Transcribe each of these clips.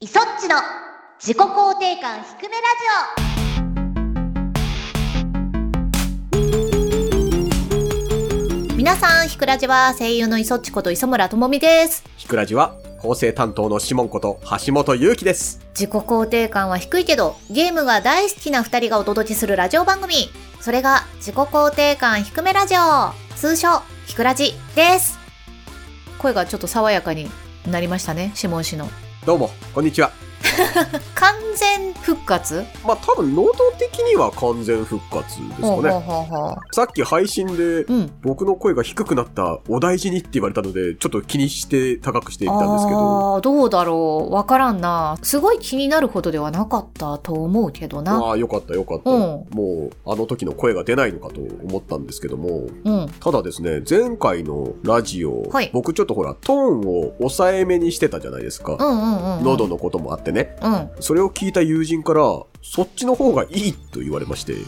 イソッチの自己肯定感低めラジ皆さん、ひくらじは声優の磯っちこと磯村智美です。ひくらじは、構成担当のシモンこと橋本ゆうきです。自己肯定感は低いけど、ゲームが大好きな二人がお届けするラジオ番組。それが、自己肯定感低めラジオ。通称、ひくらじです。声がちょっと爽やかになりましたね、シモン氏の。どうも、こんにちは。完全復活まあ、多分、能動的には完全復活ですかほうね。ほうほうほさっき配信で、う。うん。僕の声が低くなったお大事にって言われたので、ちょっと気にして高くしてみたんですけど、あーどうだろうわからんな。すごい気になるほどではなかったと思うけどな。ああ、よかったよかった。うんもう、あの時の声が出ないのかと思ったんですけども、うん。ただですね、前回のラジオ、はい僕ちょっとほら、トーンを抑えめにしてたじゃないですうか。んうんうん。喉。のこともあってね。うん。それを聞いた友人から、そっちの方がいいと言われまして。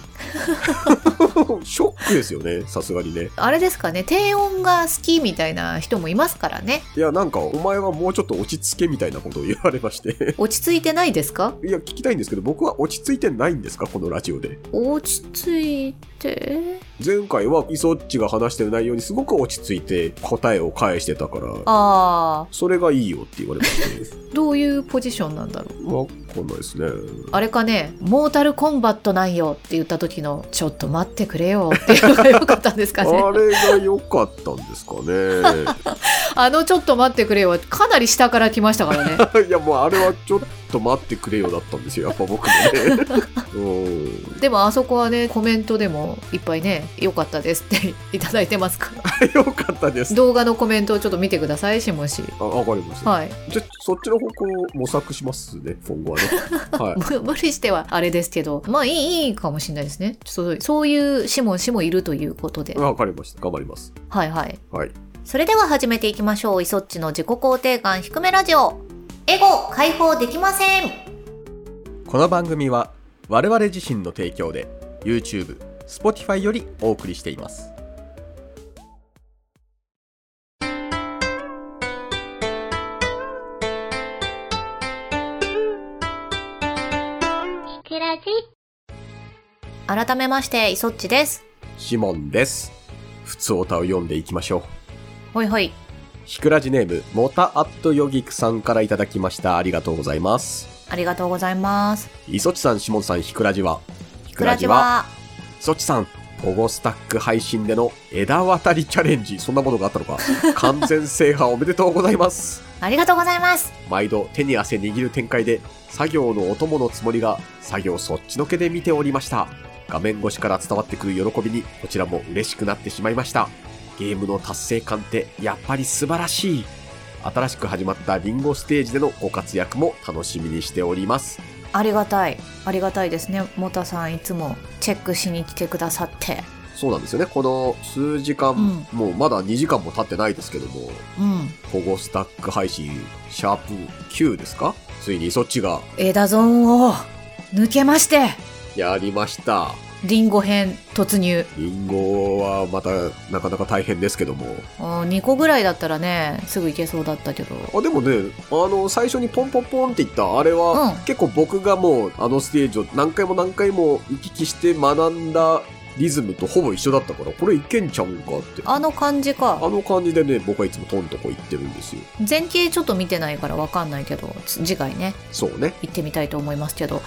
ショックですよね、さすがにね。あれですかね低音が好きみたいな人もいますからねいや、なんか、お前はもうちょっと落ち着けみたいなことを言われまして。 落ち着いてないですかいや、聞きたいんですけど、僕は落ち着いてないんですかこのラジオで。落ち着いて前回は、イソッチが話してる内容にすごく落ち着いて答えを返してたから、あそれがいいよって言われまして。ーどういうポジションなんだろうわかんないですね。あれかね「モータルコンバットなんよ」って言った時の「ちょっと待ってくれよ」っていうのが良かったんですかあねれが良かったんですかね。あの「ちょっと待ってくれよ」はかなり下から来ましたからねいやもうあれはちょっと待ってくれよだったんですよやっぱ僕 もねうんでもあそこはねコメントでもいっぱいね「良かったです」っていただいてますから よかったです動画のコメントをちょっと見てくださいしもしあわかりまし た、はいじゃそっちの方向を模索しますね今 後はねはい無無理してはあれですけど、まあいいいいかもしれないですね。ちょっとそういうシモン氏もいるということで。わかりました頑張りますはいはい。はいそれでは始めていきましょう。イソッチの自己肯定感低めラジオ。エゴ解放できません。この番組は我々自身の提供で YouTube、Spotify よりお送りしていますオひくらじ改めまして、イソッチです。シモンです普通歌を読んでいきましょうはいはい。ひくらじネームモタアットヨギクさんからいただきましたありがとうございますありがとうございます。磯地さん、シモンさん、ひくらじはひくらじは、そっちさん、保護スタック配信での枝渡りチャレンジ、そんなものがあっ たのか。完全制覇おめでとうございます。ありがとうございます。毎度手に汗握る展開で、作業のお供のつもりが、作業そっちのけで見ておりました。画面越しから伝わってくる喜びに、こちらも嬉しくなってしまいました。ゲームの達成感って、やっぱり素晴らしい。新しく始まったリンゴステージでのご活躍も楽しみにしております。ありがたい。ありがたいですね。モタさんいつもチェックしに来てくださって。そうなんですよね。この数時間、うんもうまだ2時間も経ってないですけども、うん。保護スタック配信、シャープ9ですかついにそっちが枝ゾーンを抜けまして、やりました。リンゴ編突入。リンゴはまたなかなか大変ですけども。 2個ぐらいだったらねすぐ行けそうだったけどあ、でもね、あの、最初にポンポンポンって言ったあれは、うん結構僕がもうあのステージを何回も何回も行き来して学んだリズムとほぼ一緒だったから、これいけんちゃうんかって。あの感じあかの感じでね、僕はいつもトンとこ行ってるんですよ。前景ちょっと見てないからわかんないけどつ次回ねそうね。行ってみたいと思いますけど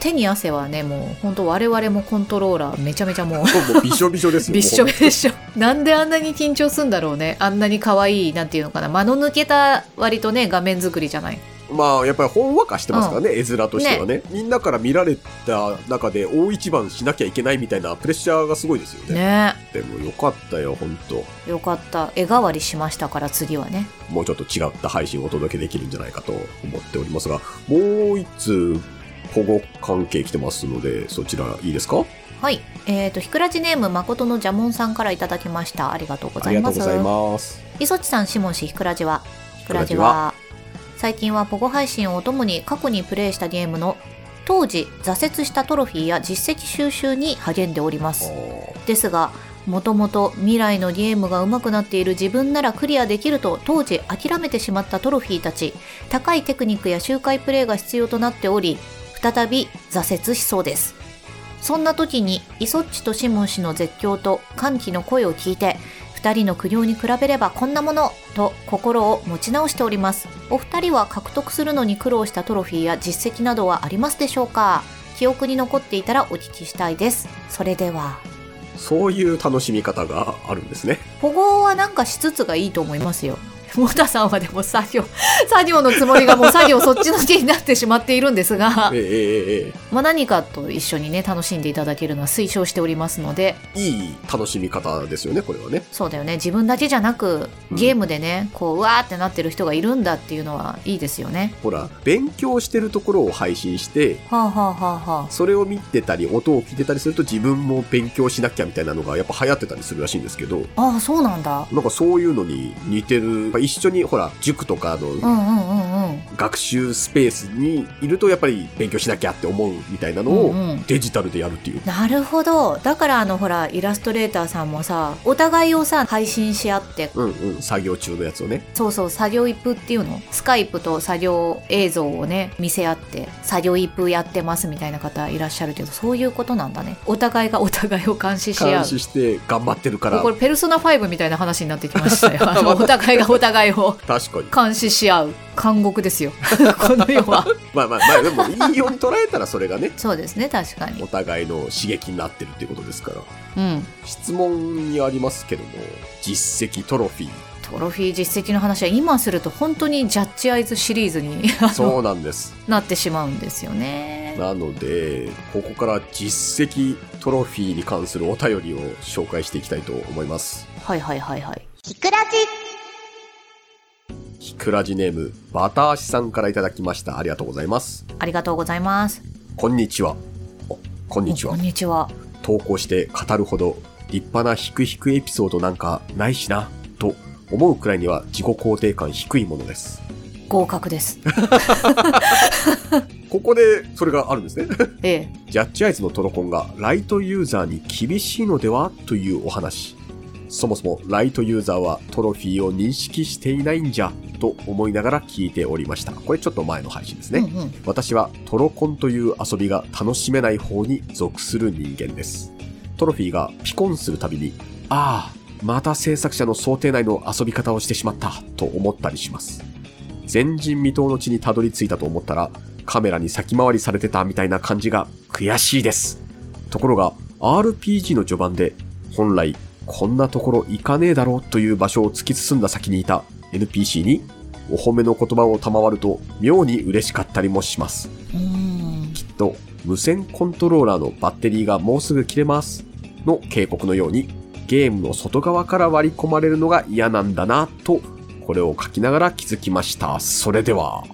手に汗はねもう本当我々もコントローラーめちゃめちゃもうもうびしょびしょです よ。びっしょびしょなんであんなに緊張すんだろうねあんなに可愛いなんていうのかな間の抜けた割とね画面作りじゃないまあやっぱりほんわかしてますからね、絵面としてはねみんなから見られた中で大一番しなきゃいけないみたいなプレッシャーがすごいですよねねでもよかったよほんとよかった絵代わりしましたから次はねもうちょっと違った配信をお届けできるんじゃないかと思っておりますがもう一通保護関係来てますのでそちらいいですかはいえー、とひくらじネーム誠のジャモンさんからいただきましたありがとうごあざりいまがとうすございます磯地さん、シモン氏、ひくらじは。ひくくららじじはは。最近はポゴ配信をお供に過去にプレイしたゲームの当時挫折したトロフィーや実績収集に励んでおりまあす。ーですが、もともと未来のゲームが上手くなっている自分ならクリアできると当時諦めてしまったトロフィーたち高いテクニックや周回プレイが必要となっており再び挫折しそうですそんな時にイソッチとシモン氏の絶叫と歓喜の声を聞いて二人の苦行に比べればこんなものと心を持ち直しておりますお二人は獲得するのに苦労したトロフィーや実績などはありますでしょうか記憶に残っていたらお聞きしたいですそれではそういう楽しみ方があるんですね。保護はなんかしつつがいいと思いますよ。 モタさんはでも作業、 作業のつもりがもう作業そっちのけになってしまっているんですがえ、ええええまあ何かと一緒にね、楽しんでいただけるのは推奨しておりますので、えいい楽しみ方ですよね、これはね。そうだよね、自分だけじゃなく、うんゲームでね、こう、うわーってなってる人がいるんだっていうのはいいですよね。ほら、勉強してるところを配信して、はあはあはあはあ。それを見てたり、音を聞いてたりすると自分も勉強しなきゃみたいなのがやっぱ流行ってたりするらしいんですけど、ああ、そうなんだ。なんかそういうのに似てる、まあ一緒にほら、塾とかうのんうんうんうん。学習スペースにいるとやっぱり勉強しなきゃって思うみたいなのうをんうんデジタルでやるっていう。なるほど。だからあのほら、イラストレーターさんもさ、お互いをさ、配信し合って、うんうん、作業中のやつをね。そうそう、作業イップっていうのスカイプと作業映像をね、見せ合って、作業イップやってますみたいな方いらっしゃるけど、そういうことなんだね。お互いがお互いを 監視し合う監。視して頑張ってるからこ、れ、ペルソナ5みたいな話になってきました よ。あのお互いがお互いを 確かに。監視し合う。監獄ですよ。 この世は。まあまあまあ、でもいいように捉えたらそれがね、 そうですね、確かにお。互いの刺激になってるっていうことですから。うん。質問にありますけども、実績トロフィ ー。トロフィー実績の話は今すると本当にジャッジアイズシリーズに そうなんです。なってしまうんですよね。なので、ここから実績トロフィーに関するお便りを紹介していきたいと思います。はいはいはいはい。ひくらじひくらじネーム、バターシさんからいただきました。ありがとうございます。ありがとうございます。こんにちは。おこんにちこはん。にちは。投稿して語るほど立派なヒクヒクエピソードなんかないしな、と思うくらいには自己肯定感低いものです。合格です。ここでそれがあるんですね。ええ。ジャッジアイズのトロコンがライトユーザーに厳しいのではというお話。そもそもライトユーザーはトロフィーを認識していないんじゃと思いながら聞いておりました。これちょっと前の配信ですね。うんうん、私はトロコンという遊びが楽しめない方に属する人間です。トロフィーがピコンするたびに、ああ、また制作者の想定内の遊び方をしてしまったと思ったりします。前人未到の地にたどり着いたと思ったら、カメラに先回りされてたみたいな感じが悔しいです。ところが、RPG の序盤で、本来、こんなところ行かねえだろうという場所を突き進んだ先にいた NPC にお褒めの言葉を賜ると妙に嬉しかったりもします。うーん。きっと無線コントローラーのバッテリーがもうすぐ切れますの警告のようにゲームの外側から割り込まれるのが嫌なんだなとこれを書きながら気づきました。それでは、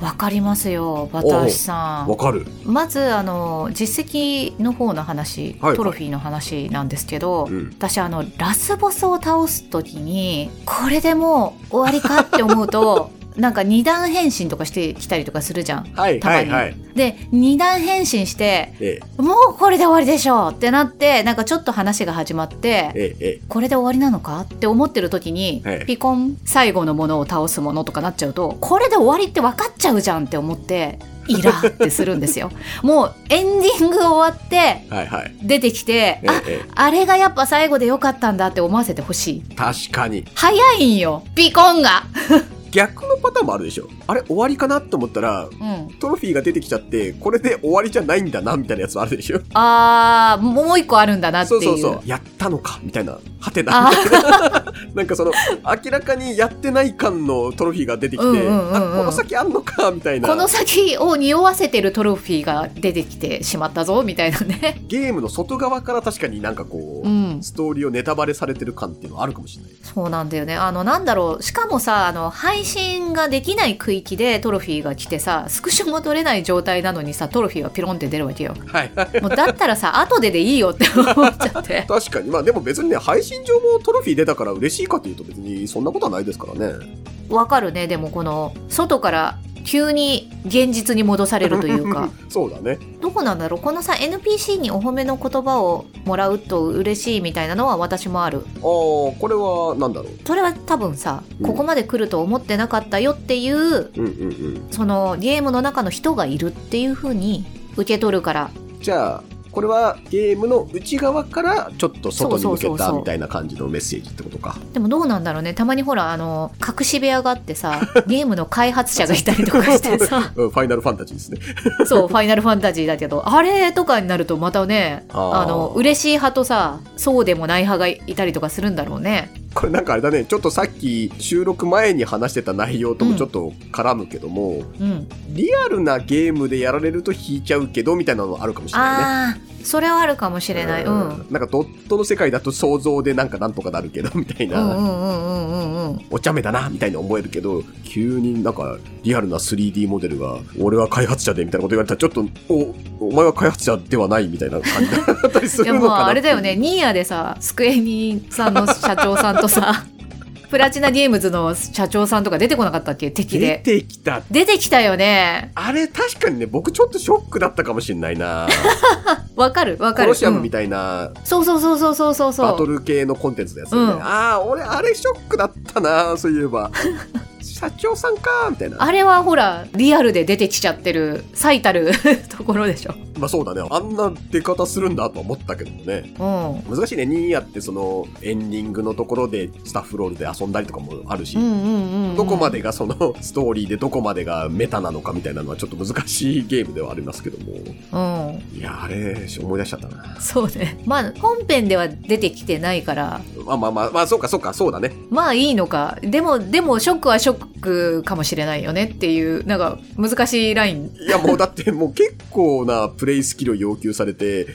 わかりますよ、バターシさわん。かるまず、あの、実績の方の話、はいはいトロフィーの話なんですけど、うん。私あのラスボスを倒す時にこれでもう終わりかって思う となんか二段変身とかしてきたりとかするじゃん。はいたはまいにはい。で二段変身してえもうこれで終わりでしょうってなってなんかちょっと話が始まってえ、ええ、えこれで終わりなのかって思ってる時に、ええピコン最後のものを倒すものとかなっちゃうとこれで終わりって分かっちゃうじゃんって思ってイラってするんですよ もうエンディング終わってえ、はいはい。出てきてえあえ、えあれがやっぱ最後で良かったんだって思わせてほしいえ、確かに。早いんよピコンが逆のパターンもあるでしょ。あれ終わりかなと思ったら、うんトロフィーが出てきちゃって、これで終わりじゃないんだな、みたいなやつもあるでしょ。あーもう一個あるんだなってそいううそうそう。やったのかみたいな。はてな。あみたい ななんかその、明らかにやってない感のトロフィーが出てきて、うんうんうんうんあ、この先あんのかみたいな。この先を匂わせてるトロフィーが出てきてしまったぞみたいなねゲームの外側から確かになんかこう、うんストーリーをネタバレされてる感っていうのはあるかもしれない。そうなんだよね。あの、なんだろう。しかもさ、あの、配信ができない区域でトロフィーが来てさ、スクショも取れない状態なのにさ、トロフィーがピロンって出るわ けよ。はい。もうだったらさ、後ででいいよって思っちゃって。確かに。まあでも別にね、配信上もトロフィー出たから嬉しいかというと別にそんなことはないですからね。わかるね。でもこの、外から急に現実に戻されるというか そうだね。どこなんだろうこのさ NPC にお褒めの言葉をもらうと嬉しいみたいなのは私もあるああ、これはなんだろう。それは多分さうんここまで来ると思ってなかったよっていううんうんうん。そのゲームの中の人がいるっていう風に受け取るからじゃあ、これはゲームの内側からちょっと外にそ向けうそうそうたそうみたいな感じのメッセージってことか。でもどうなんだろうねたまにほらあの隠し部屋があって さゲームの開発者がいたりとかしてさうん、ファイナルファンタジーですね。そう「ファイナルファンタジー」だけどあれとかになるとまたねあーあの嬉しい派とさそうでもない派がいたりとかするんだろうねこれなんかあれだね、ちょっとさっき収録前に話してた内容ともちょっと絡むけども、うんリアルなゲームでやられると引いちゃうけどみたいなのあるかもしれないね。ああそれはあるかもしれないうんうんなんかドットの世界だと想像でなんかなんとかなるけどみたいうんうな、んうんうんうんお茶目だなみたいに思えるけど急になんかリアルな 3D モデルが俺は開発者でみたいなこと言われたらちょっとおお前は開発者ではないみたいな感じだったりすいるやのもかうなあれだよねニーヤでさスクエニさんの社長さんと さプラチナゲームズの社長さんとか出てこなかったっけ敵出でてきた出てきたよねあれ確かにね僕ちょっとショックだったかもしれないなわかるわかコるロシアムみたたいなそうそうそうそうそうそうそバトうル系のコンテンツのやつだよね、うんああ俺あれショックだったなそうい えば社長さんかみたいなあれはほらリアルで出てきちゃってる最たる ところでしょまあそうだねあんな出方するんだとは思ったけどもねうん難しいねニーヤってそのエンディングのところでスタッフロールで遊んだりとかもあるし、うんうんうんうんどこまでがそのストーリーでどこまでがメタなのかみたいなのはちょっと難しいゲームではありますけどもうんいやあれ思い出しちゃったなそうねまあ本編では出てきてないからまあまあまあまあそうかそうかそうだねまあいいのかでもでもショックはショックかもしれないよねっていうなんか難しいラインいやもうだってもう結構なプレイスキルを要求されて、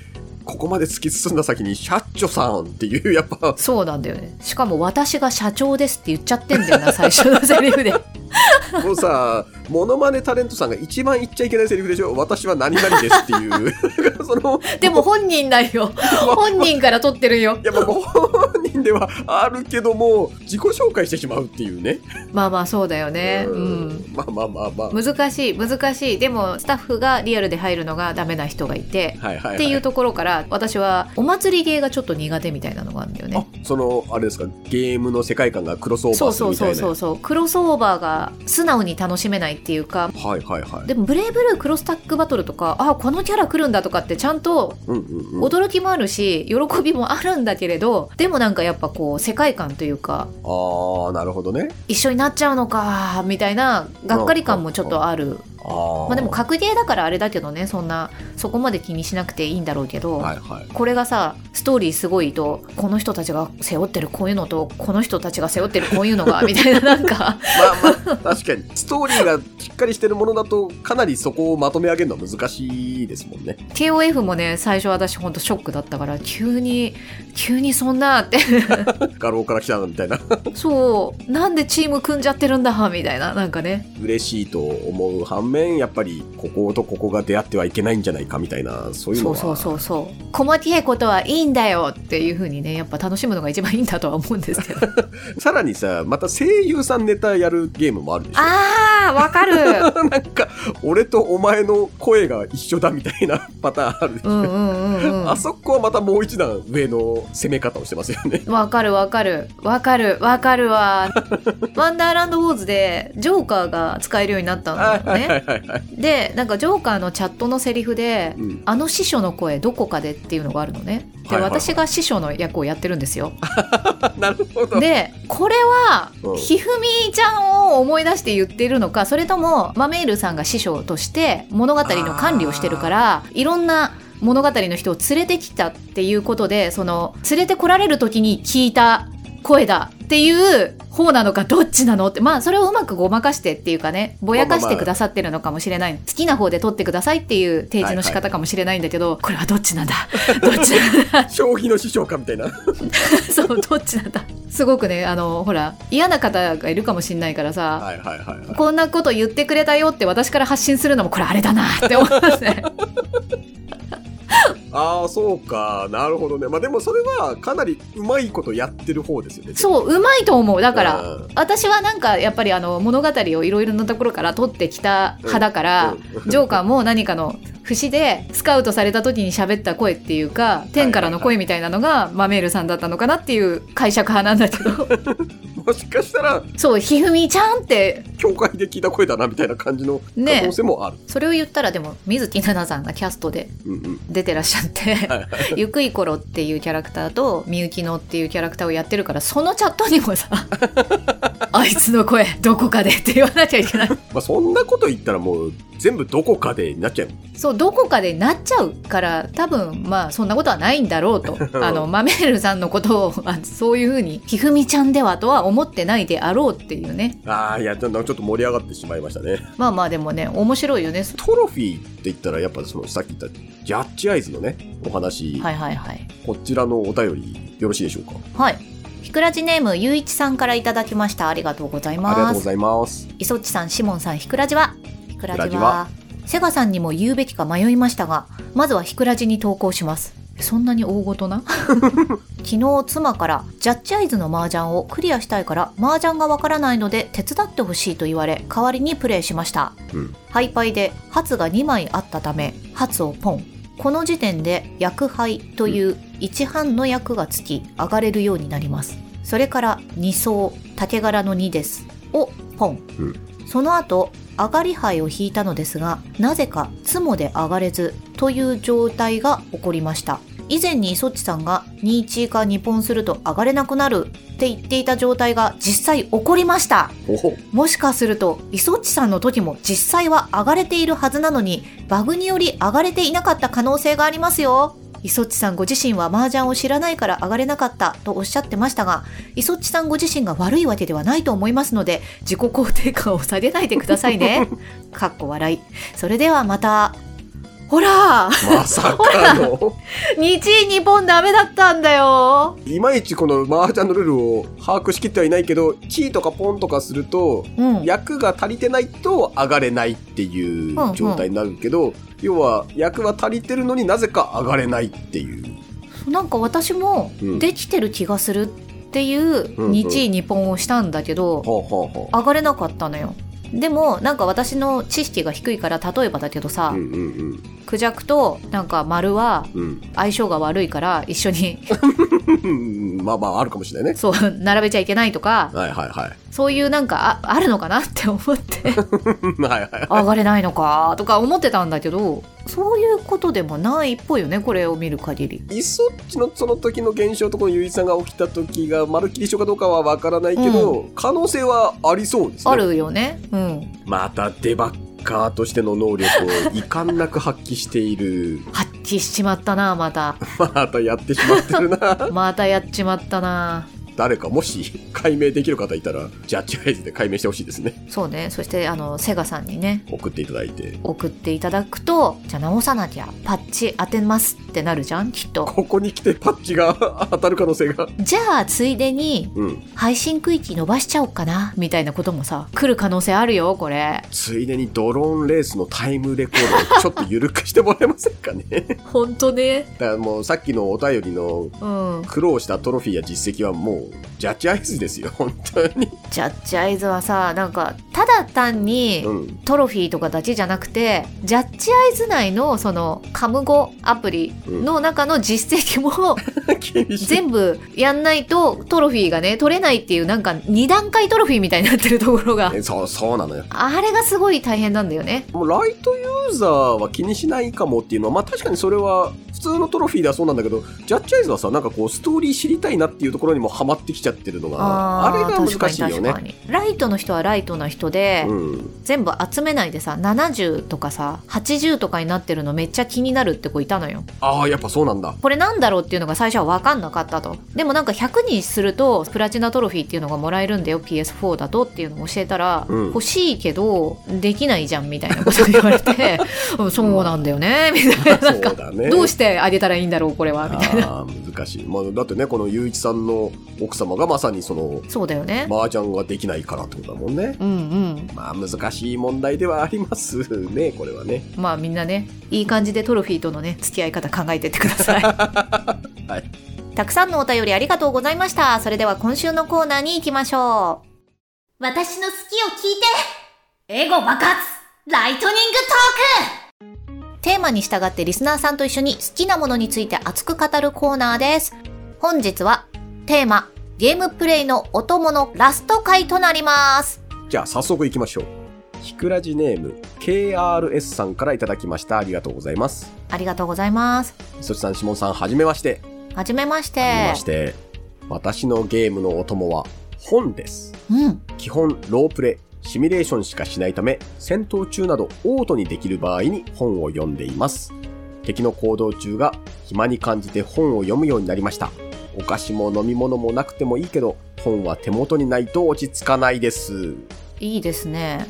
ここまで突き進んだ先にシャッチョさんっていう、やっぱ、そうなんだよねしかも私が社長ですって言っちゃってんだよ な最初のセリフでもうさ、モノマネタレントさんが一番言っちゃいけないセリフでしょ私は何々ですっていう。だからその、でも本人だ よ本人から取ってるよいやもう本人ではあるけども、自己紹介してしまうっていうね。まあまあそうだよねううんんまあまあまあまあ。はい難しい難しいでもスタッフがリアルで入るのがダメな人がいてはい、はい。っていうところから私はお祭り芸がちょっと苦手みたいなのがあるんだよねあ、その、あれですか、ゲームの世界観がクロスオーバそーうするそうみたいそな。うそうそうクロスオーバーが素直に楽しめないっていうかはいはいはい。でも「ブレイブルークロスタックバトル」とかあこのキャラ来るんだとかってちゃんとうんうんうん。あ驚きもあるし喜びもあるんだけれどでもなんかやっぱこう世界観というかー、なるほどね。一緒になっちゃうのかみたいながっかり感もちょっとあるあー。まあでも格ゲーだからあれだけどねそんなそこまで気にしなくていいんだろうけど、はいはい。これがさストーリーすごいとこの人たちが背負ってるこういうのとこの人たちが背負ってるこういうの がみたいななんかまあまあ、確かに。ストーリーがしっかりしてるものだと、かなりそこをまとめ上げるのは難しいですもんね。 KOF もね最初私ほんとショックだったから急に急にそんなって画廊から来たなみたいな。そうなんでチーム組んじゃってるんだみたいななんかね嬉しいと思う反面、やっぱり、こことここが出会ってはいけないんじゃないかみたいな、そういうのそは。うそうそうそう細けいことはいいんだよっていう風にねやっぱ楽しむのが一番いいんだとは思うんですけどさらにさ、また声優さんネタやるゲーム もあるでしょ。あーわかるなんか、俺とお前の声が一緒だみたいな パターンある。うんうんうん、うん、あそこはまたもう一段上の攻め方をしてますよね。わかるわかるわかるわかるわワンダーランドウォーズでジョーカーが使えるようになったんはいはだいよはねいはいはい。でなんかジョーカーのチャットのセリフでうん「あの師匠の声どこかで」っていうのがあるのねで、はいはいはい私が師匠の役をやってるんですよあなるほど。でこれはうんひふみちゃんを思い出して言ってるのかそれともマメールさんが師匠として物語の管理をしてるからいろんな物語の人を連れてきたっていうことでその連れてこられる時に聞いた声だっていう方なのかどっちなのってまあそれをうまくごまかしてっていうかねぼやかしてくださってるのかもしれない、好きな方で撮ってくださいっていう提示の仕方かもしれないんだけど、これはどっちなん だどっちなんだ将棋の師匠かみたいな。 そうどっちなんだすごくねあのほら嫌な方がいるかもしれないからさ、はいはいはいはい。こんなこと言ってく れたよって私から発信するのもこれあれだなって思いますね。ああ、そうか。なるほどね。まあでもそれはかなりうまいことやってる方ですよね。う。そう、うまいと思う。だだから、。私はなんかやっぱりあの物語をいろいろなところから取ってきた派だから、ジョーカーも何かの節でスカウトされた時に喋った声っていうか天からの声みたいなのがマメールさんだったのかなっていう解釈派なんだけ どー。もしかしたら、そうひふみちゃんって教会で聞いた声だなみたいな感じの可ね能性もある。それを言ったらでも水木奈々さんがキャストでうんうん。出てらっしゃってはい「ゆくいころ」っていうキャラクターと「みゆきの」っていうキャラクターをやってるからそのチャットに もさ「あいつの声どこかで」って言わなきゃいけない。まあそんなこと言ったらもう全部どこかでになっちゃう。そうどこかでなっちゃうから多分まあそんなことはないんだろう とあのマメールさんのことをあそういうふうにひふみちゃんではとは思ってないであろうっていうねああ、いや、ちょっと盛り上がってしまいましたね。まあまあでもね面白いよねトロフィーって言ったらやっぱそのさっき言ったジャッジアイズのね、お話、はいはいはいこちらのお便りよろしいでしょうか。はいひくらじネームゆういちさんからいただきましたありがとうございありがまとうごすざいます。磯っちさんシモンさんひくらじはひくらひくらじじははセガさんにも言うべきか迷いましたがまずはひくらじに投稿しますそんなに大ごと な昨日妻からジャッジアイズの麻雀をクリアしたいから麻雀がわからないので手伝ってほしいと言われ代わりにプレイしました、うんハイパイで発が2枚あったため発をポンこの時点で薬杯という一半の役がつき上がれるようになりますそれから2層竹柄の2ですをポン、うんその後上がり牌を引いたのですがなぜか「つも」で上がれずという状態が起こりました以前に磯っちさんが「21か2ポンすると上がれなくなる」って言っていた状態が実際起こりましたおほもしかすると磯っちさんの時も実際は上がれているはずなのにバグにより上がれていなかった可能性がありますよ磯っちさんご自身は麻雀を知らないから上がれなかったとおっしゃってましたが磯っちさんご自身が悪いわけではないと思いますので自己肯定感を下げないでください ねかっこ笑いそれではまたほらまさ かの。日日本ダメだったんだよいまいちこの麻雀のルールを把握しきってはいないけど、キーとかポンとかすると、うん役が足りてないと上がれないっていんうんう状態になるけど、要は役は足りてるのになぜか上がれないっていう。なんか私もうんできてる気がするっていううん日日本をしたんだけど、ほうほうほ上がれなかったのよでもなんか私の知識が低いから例えばだけどさ、う。うんうんうんクジャクとなんか丸はうん。相性が悪いから一緒にうん まあまああるかもしれないね。そう並べちゃいけないとかはいはいはい。そういうなんかああるのかなって思って はいはい。上がれないのかとか思ってたんだけどそういうことでもないっぽいよねこれを見る限り。いっそっちのその時の現象とこのゆいさんが起きた時がまるっきり一緒かどうかはわからないけど、可能性はありそうですね。あ。るよね。うん。またデバッカーとしての能力を遺憾なく発揮している。 発揮しちまったな、また。またやってしまってるな。 またやっちまったな。誰かもし解明できる方いたら、ジャッジアイズで解明してほしいですね。そうね。そして、あの、セガさんにね、送っていただいて。送っていただくと、じゃあ直さなきゃ、パッチ当てますってなるじゃん、きっと。ここに来てパッチが 当たる可能性が。じゃあ、ついでに、うん。配信区域伸ばしちゃおっかな、みたいなこともさ、来る可能性あるよ、これ。ついでにドローンレースのタイムレコードをちょっと緩くしてもらえませんかね。 ほんとね。だからもうさっきのお便りのうん。苦労したトロフィーや実績はもうジャッジアイズですよ本当に、ジャッジアイズはさ、なんか、ただ単に、うん、 トロフィーとかだけじゃなくてジャッジアイズ内のそのカム語アプリの中の実績も 厳しい全部やんないとトロフィーがね取れないっていうなんか2段階トロフィーみたいになってるところがえそうそうなのよあれがすごい大変なんだよねもうライトユーザーは気にしないかもっていうのはまあ確かにそれは普通のトロフィーだそうなんだけどジャッジアイズはさなんかこうストーリー知りたいなっていうところにもハマってきちゃってるのがあーれが難しいよ確ねかに確かにライトの人はライトな人で、うん、全部集めないでさ70とかさ80とかになってるのめっちゃ気になるって子いたのよああやっぱそうなんだこれなんだろうっていうのが最初は分かんなかったとでもなんか100にするとプラチナトロフィーっていうのがもらえるんだよ PS4 だとっていうのを教えたら、うん欲しいけど できないじゃんみたいなことを言われて うんそうなんだよねみたいななんそうかだねどうししてあげたらいいんだろう、これは、みたいな。あー難しい、まあ、だってねこの雄一さんの奥様がまさにそのそうだよね。麻雀ができないからってことだもんねうんうん。まあ難しい問題ではありますねこれはねまあみんなね、いい感じでトロフィーとのね、付き合い方考えてってください。 はいたくさんのお便りありがとうございました。それでは今週のコーナーに行きましょう。私の好きを聞いてエゴ爆発ライトニングテーマに従ってリスナーさんと一緒に好きなものについて熱く語るコーナーです。本日はテーマ、ゲームプレイのお供のラスト回となります。じゃあ早速いきましょうひくらじネーム KRS さんからいただきましたありがとうございますありがとうございます。そちさんしもんさんはじめましてはじめまして。はじめまして私のゲームのお供は本ですうん。基本ロープレシミュレーションしかしないため戦闘中などオートにできる場合に本を読んでいます敵の行動中が暇に感じて本を読むようになりましたお菓子も飲み物もなくてもいいけど本は手元にないと落ち着かないですいいですね。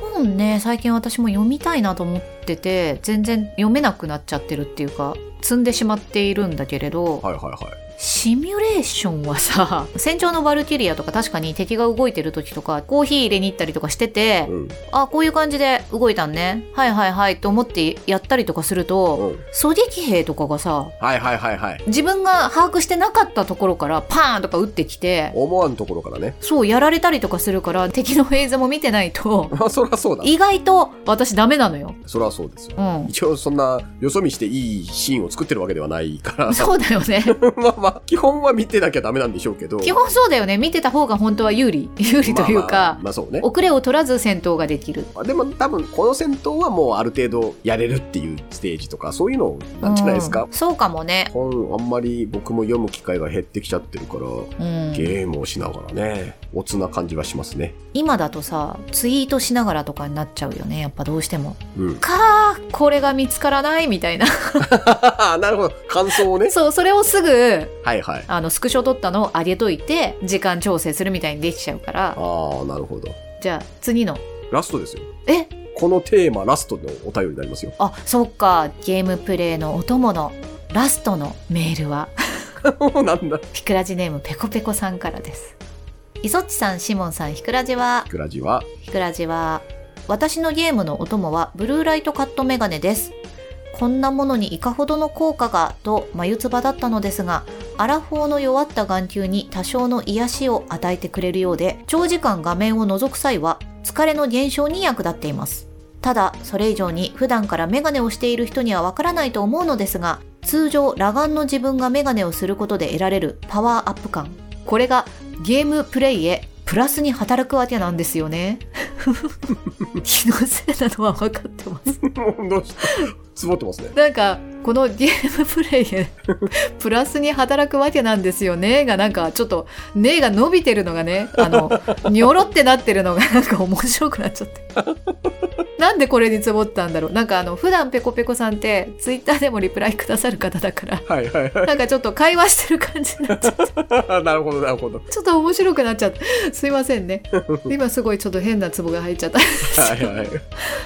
本ね、最近私も読みたいなと思ってて、全然読めなくなっちゃってるっていうか、積んでしまっているんだけれど、はいはいはいシミュレーションはさ、 戦場のバルキュリアとか確かに敵が動いてる時とか、コーヒー入れに行ったりとかしてて、うんあ、こういう感じで動いたんね。はいはいはいと思ってやったりとかすると、うん狙撃兵とかがさ、はいはいはいはい自分が把握してなかったところからパーンとか撃ってきて、思わぬところからね そうやられたりとかするから、敵のフェーズも見てないと、まあそらそうだ意外と私ダメなのよ。そらそうですよ うん。一応そんなよそ見していいシーンを作ってるわけではないからそうだよ ね。まあまあ基本は見てなきゃダメなんでしょうけど基本そうだよね。見てた方が本当は有利。有利というか、まあまあまあそうね遅れを取らず戦闘ができる。でも多分この戦闘はもうある程度やれるっていうステージとかそういうのなんじゃないですかうん、そうかもね。本あんまり僕も読む機会が減ってきちゃってるからうん、ゲームをしながらねおつな感じはしますね今だとさツイートしながらとかになっちゃうよねやっぱどうしてもうん かーこれが見つからないみたいななるほど感想をねそうそれをすぐはいはいあのスクショ撮ったのを上げといて時間調整するみたいにできちゃうからああなるほどじゃあ次のラストですよえこのテーマラストのお便りになりますよ あそっかゲームプレイのお供のラストのメールはなんだピクラジネームペコペコさんからですイソッチさんシモンさんひくらじはクラジは ひくらじは、私のゲームのお供はブルーライトカットメガネです。こんなものにいかほどの効果がと眉唾だったのですが、アラフォーの弱った眼球に多少の癒しを与えてくれるようで、長時間画面を覗く際は疲れの減少に役立っています。ただ、それ以上に普段からメガネをしている人にはわからないと思うのですが、通常、裸眼の自分がメガネをすることで得られるパワーアップ感。これがゲームプレイへプラスに働くわけなんですよね。気のせいなのは分かってます。どうしたつぼってますねなんか、このゲームプレイへプラスに働くわけなんですよねが、なんかちょっと、ねが伸びてるのがね、あの、にょろってなってるのがなんか面白くなっちゃって。なんでこれにツボったんだろう。なんかあの、普段ペコペコさんって、ツイッターでもリプライくださる方だから、はいはい はなんかちょっと会話してる感じになっちゃっていなるほどなるほどちょっと面白くなっちゃった。すいませんね。今すごいちょっと変なツボが入っちゃった。はいはい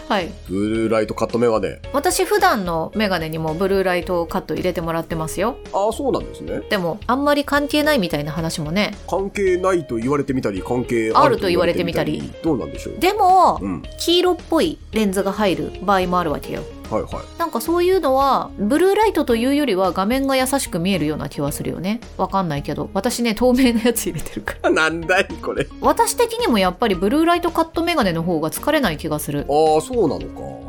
はい。ブルーライトカットメガネ私普段のメガネにもブルーライトカット入れてもらってますよああそうなんですねでもあんまり関係ないみたいな話もね関係ないと言われてみたり関係あると言われてみたりどうなんでしょうでもうん黄色っぽいレンズが入る場合もあるわけよはいはいなんかそういうのはブルーライトというよりは画面が優しく見えるような気はするよねわかんないけど私ね透明なやつ入れてるからなんだい これ私的にもやっぱりブルーライトカットメガネの方が疲れない気がするああそうなの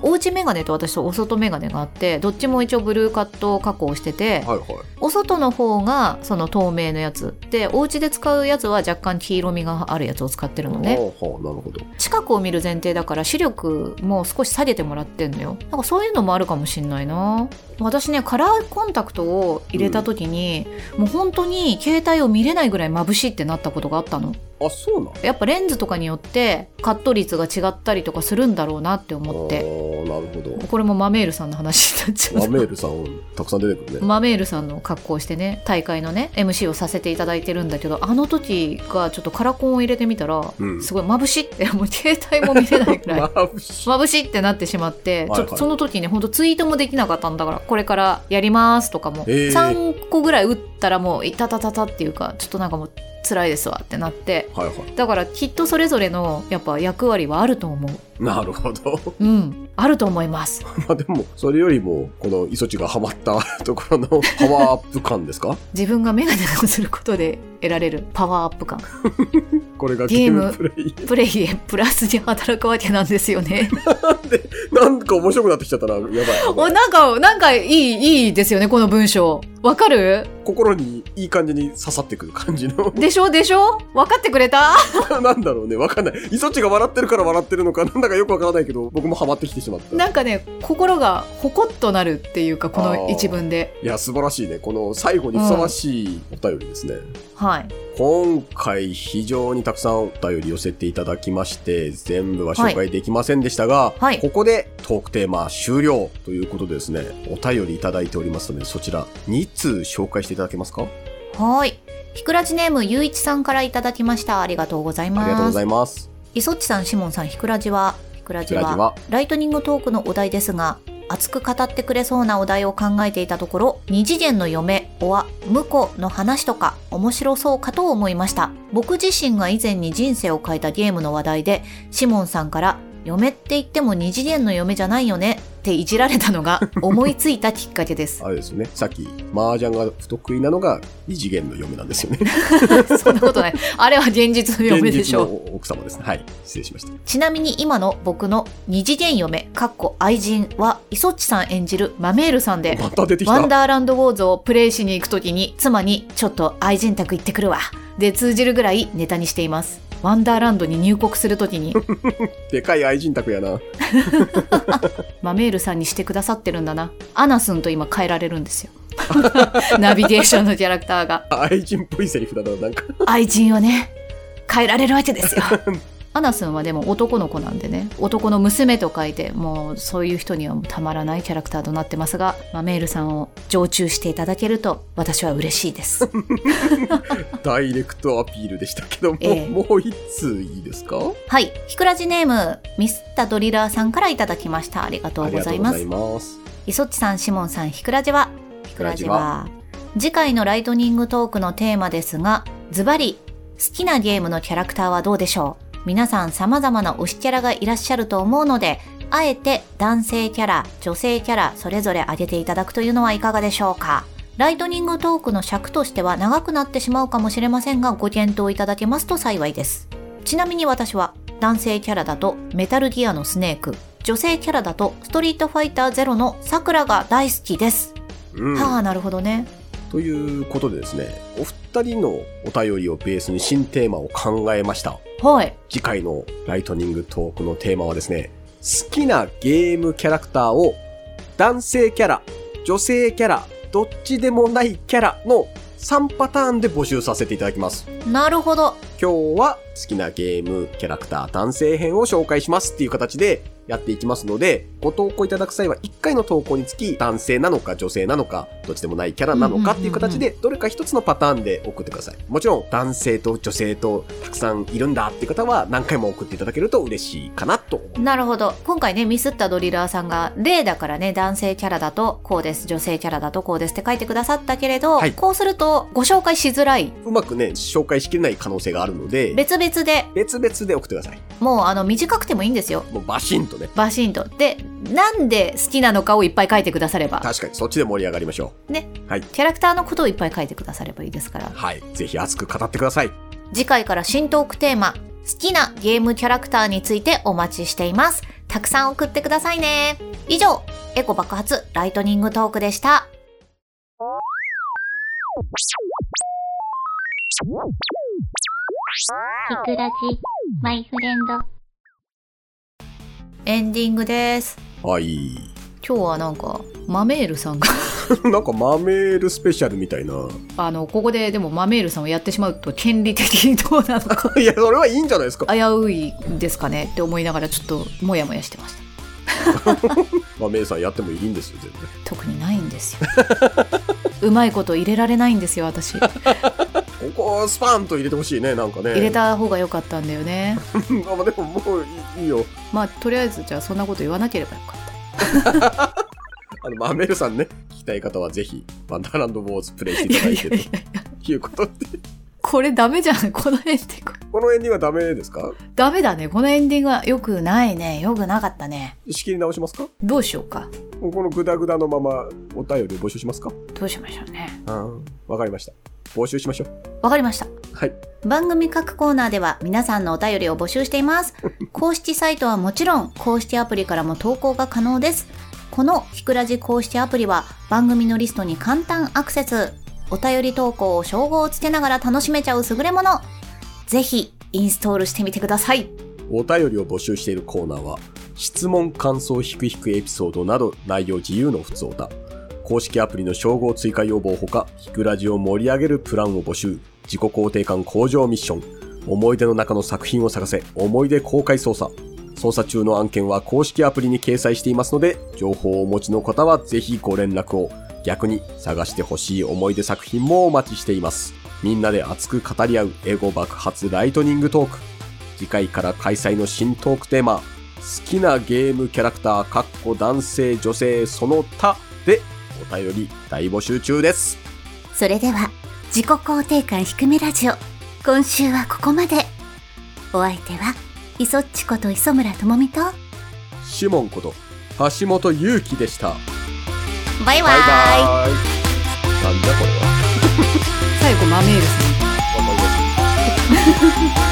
おうちメガネと私とお外メガネがあってどっちも一応ブルーカット加工しててかはいはいお外の方がその透明のやつでお家で使うやつは若干黄色みがあるやつを使ってるのああねはあなるほど近くを見る前提だから視力も少し下げてもらってんのよなんかそういうのもあるかもしんないな私ねカラーコンタクトを入れた時に、もう本当に携帯を見れないぐらい眩しいってなったことがあったのあ、そうなんやっぱレンズとかによってカット率が違ったりとかするんだろうなって思ってあーなるほど。これもマメールさんの話になっちゃマメうールさん、たくさん出てくるね。マメールさんの格好をしてね大会のね MC をさせていただいてるんだけどあの時がちょっとカラコンを入れてみたら、うんすごい眩しいって もう携帯も見れないくらい眩し い。眩しいってなってしまって、はいはいちょっとその時ねほんとツイートもできなかったんだからこれからやりますとかも、えー3個ぐらい打ったらもういたたたたっていうかちょっとなんかもう辛いですわってなってはいはだからきっとそれぞれのやっぱ役割はあると思うい。なるほど。うんあると思います まあでも、それよりも、この磯地がハマったところの パワーアップ感ですか自分がメガネをすることで得られるパワーアップ感これがゲーゲームムプレイ。 プレイへプラスに働くわけなんですよね なんか面白くなってきちゃったな。やばい。おなんかなんかいいいいですよねこの文章わかる心にいい感じに刺さってくる感じの。 でしょでしょ分かってくれたなんだろうね。わかんない。磯地が笑ってるから笑ってるのか、なんだかよくわからないけど、僕もハマってきてしまった。なんかね心がほこっとなるっていうかこの一文でいや、素晴らしいね。この最後にふさわしいお便りですね。はい今回非常にたくさんお便り寄せていただきまして、全部は紹介できませんでしたが、はいここでトークテーマ終了ということでですね、お便りいただいておりますので、そちら2通紹介していただけますかはーいひくらじネームゆういちさんからいただきましたありがとうございありがとうまごすざいます。いそっちさんしもんさんひくらじはひくらじラジはは、ライトニングトークのお題ですが熱く語ってくれそうなお題を考えていたところ二次元の嫁おは婿の話とか面白そうかと思いました僕自身が以前に人生を変えたゲームの話題でシモンさんから嫁って言っても二次元の嫁じゃないよねっていじられたの が思いついたきっかけですあれですよね、さっき、麻雀が不得意なのが二次元の嫁なんです よね。そんなことないあれは現実の嫁でしょ現実の奥様ですね。はい。失礼しました。ちなみに今の僕の二次元嫁かっこ愛人はイソッチさん演じるマメールさんでまた出てきワンた。ダーランドウォーズをプレイしに行くときに妻にちょっと愛人宅行ってくるわで通じるぐらいネタにしていますワンダーランドに入国するときにでかい愛人宅やな。マメールさんにしてくださってるんだなアナスンと今変えられるんですよ ナビゲーションのキャラクターが愛人っぽいセリフだな、なんか。愛人はね変えられるわけ ですよアナスンはでも男の子なんでね男の娘と書いてもうそういう人にはもうたまらないキャラクターとなってますがマメールさんを常駐していただけると私は嬉しいですダイレクトアピールでしたけども、ええもう一通いいですかはい。ひくらじネーム、ミスったドリラーさんからいただきました。ありがとうありごがざとういごまざいす。ます。いそっちさん、しもんさん、ひくらじは。ひくらじは。次回のライトニングトークのテーマですが、ズバリ、好きなゲームのキャラクターはどうでしょう皆さん様々な推しキャラがいらっしゃると思うので、あえて男性キャラ、女性キャラ、それぞれ挙げていただくというのはいかがでしょうかライトニングトークの尺としては長くなってしまうかもしれませんが、ご検討いただけますと幸いです。ちなみに私は男性キャラだとメタルギアのスネーク、女性キャラだとストリートファイターゼロのサクラが大好きです。うんはあ、なるほどね。ということでですね、お二人のお便りをベースに新テーマを考えました。はい。次回のライトニングトークのテーマはですね、好きなゲームキャラクターを男性キャラ、女性キャラ、どっちでもないキャラの3パターンで募集させていただきます。なるほど。今日は好きなゲームキャラクター男性編を紹介しますっていう形でやっていきますので、ご投稿いただく際は1回の投稿につき男性なのか女性なのか、どっちでもないキャラなのかっていう形で、どれか一つのパターンで送ってください。もちろん男性と女性とたくさんいるんだっていう方は何回も送っていただけると嬉しいかなと思う。なるほど。今回ね、ミスったドリラーさんが、例だからね、男性キャラだとこうです、女性キャラだとこうですって書いてくださったけれど、はいこうするとご紹介しづらい。うまくね、紹介しきれない可能性があるので、別々で、別々で送ってください。もうあの、短くてもいいんですよ。もうバシンとね。バシンと。で、なんで好きなのかをいっぱい書いてくだされば。確かにそっちで盛り上がりましょう。ね。はい。キャラクターのことをいっぱい書いてくださればいいですから。はい。ぜひ熱く語ってください。次回から新トークテーマ、好きなゲームキャラクターについてお待ちしています。たくさん送ってくださいね。以上、エコ爆発ライトニングトークでした。くらじ、マイフレンド。エンディングです。はい。今日はなんか、マメールさんが なんかマメールスペシャルみたいな。 あのここででもマメールさんをやってしまうと権利的にどうなのかいや、それはいいんじゃないですか。危ういですかねって思いながらちょっとモヤモヤしてましたマメールさんやってもいいんですよ、全然。特にないんですよ うまいこと入れられないんですよ私入ここをスパンと入れてほしいね、なんかね。れ。た方が良かったんだよね まあまあでももういいいいよ。まあとりあえずじゃあそんなこと言わなければよかったあの、マメールさんね、聞きたい方はぜひ、ワンダーランドウォーズプレイしていただいてということで。 これダメじゃん このエンディングこのエンディングはダメですかダメだねこのエンディングは良くないね良くなかったね仕切り直しますかどうしようかこのグダグダのままお便り募集しますかどうしましょうねうん。わかりました。募集しましょう。わかりました。はい。番組各コーナーでは皆さんのお便りを募集してい ます。公式サイトはもちろん、公式アプリからも投稿が可能です。このひくらじ公式アプリは番組のリストに簡単アクセス。お便り投稿を称号をつけながら楽しめちゃう優れもの。ぜひ、インストールしてみてください。お便りを募集しているコーナーは、質問、感想、ひくひくエピソードなど内容自由の普通おた。公式アプリの称号追加要望ほか、ひくラジを盛り上げるプランを募集。自己肯定感向上ミッション。思い出の中の作品を探せ。思い出公開捜査。捜査中の案件は公式アプリに掲載していますので、情報をお持ちの方はぜひご連絡を。逆に探してほしい思い出作品もお待ちしています。みんなで熱く語り合うエゴ爆発ライトニングトーク。次回から開催の新トークテーマ、好きなゲームキャラクター、かっこ男性、女性、その他でお便り大募集中です。それでは、自己肯定感低めラジオ、今週はここまで。お相手は、いそっちこと磯村智美と、シモンこと、橋本祐希でした。バイババイイ。バイ。なんだこれは。最後マメールさん頑張ります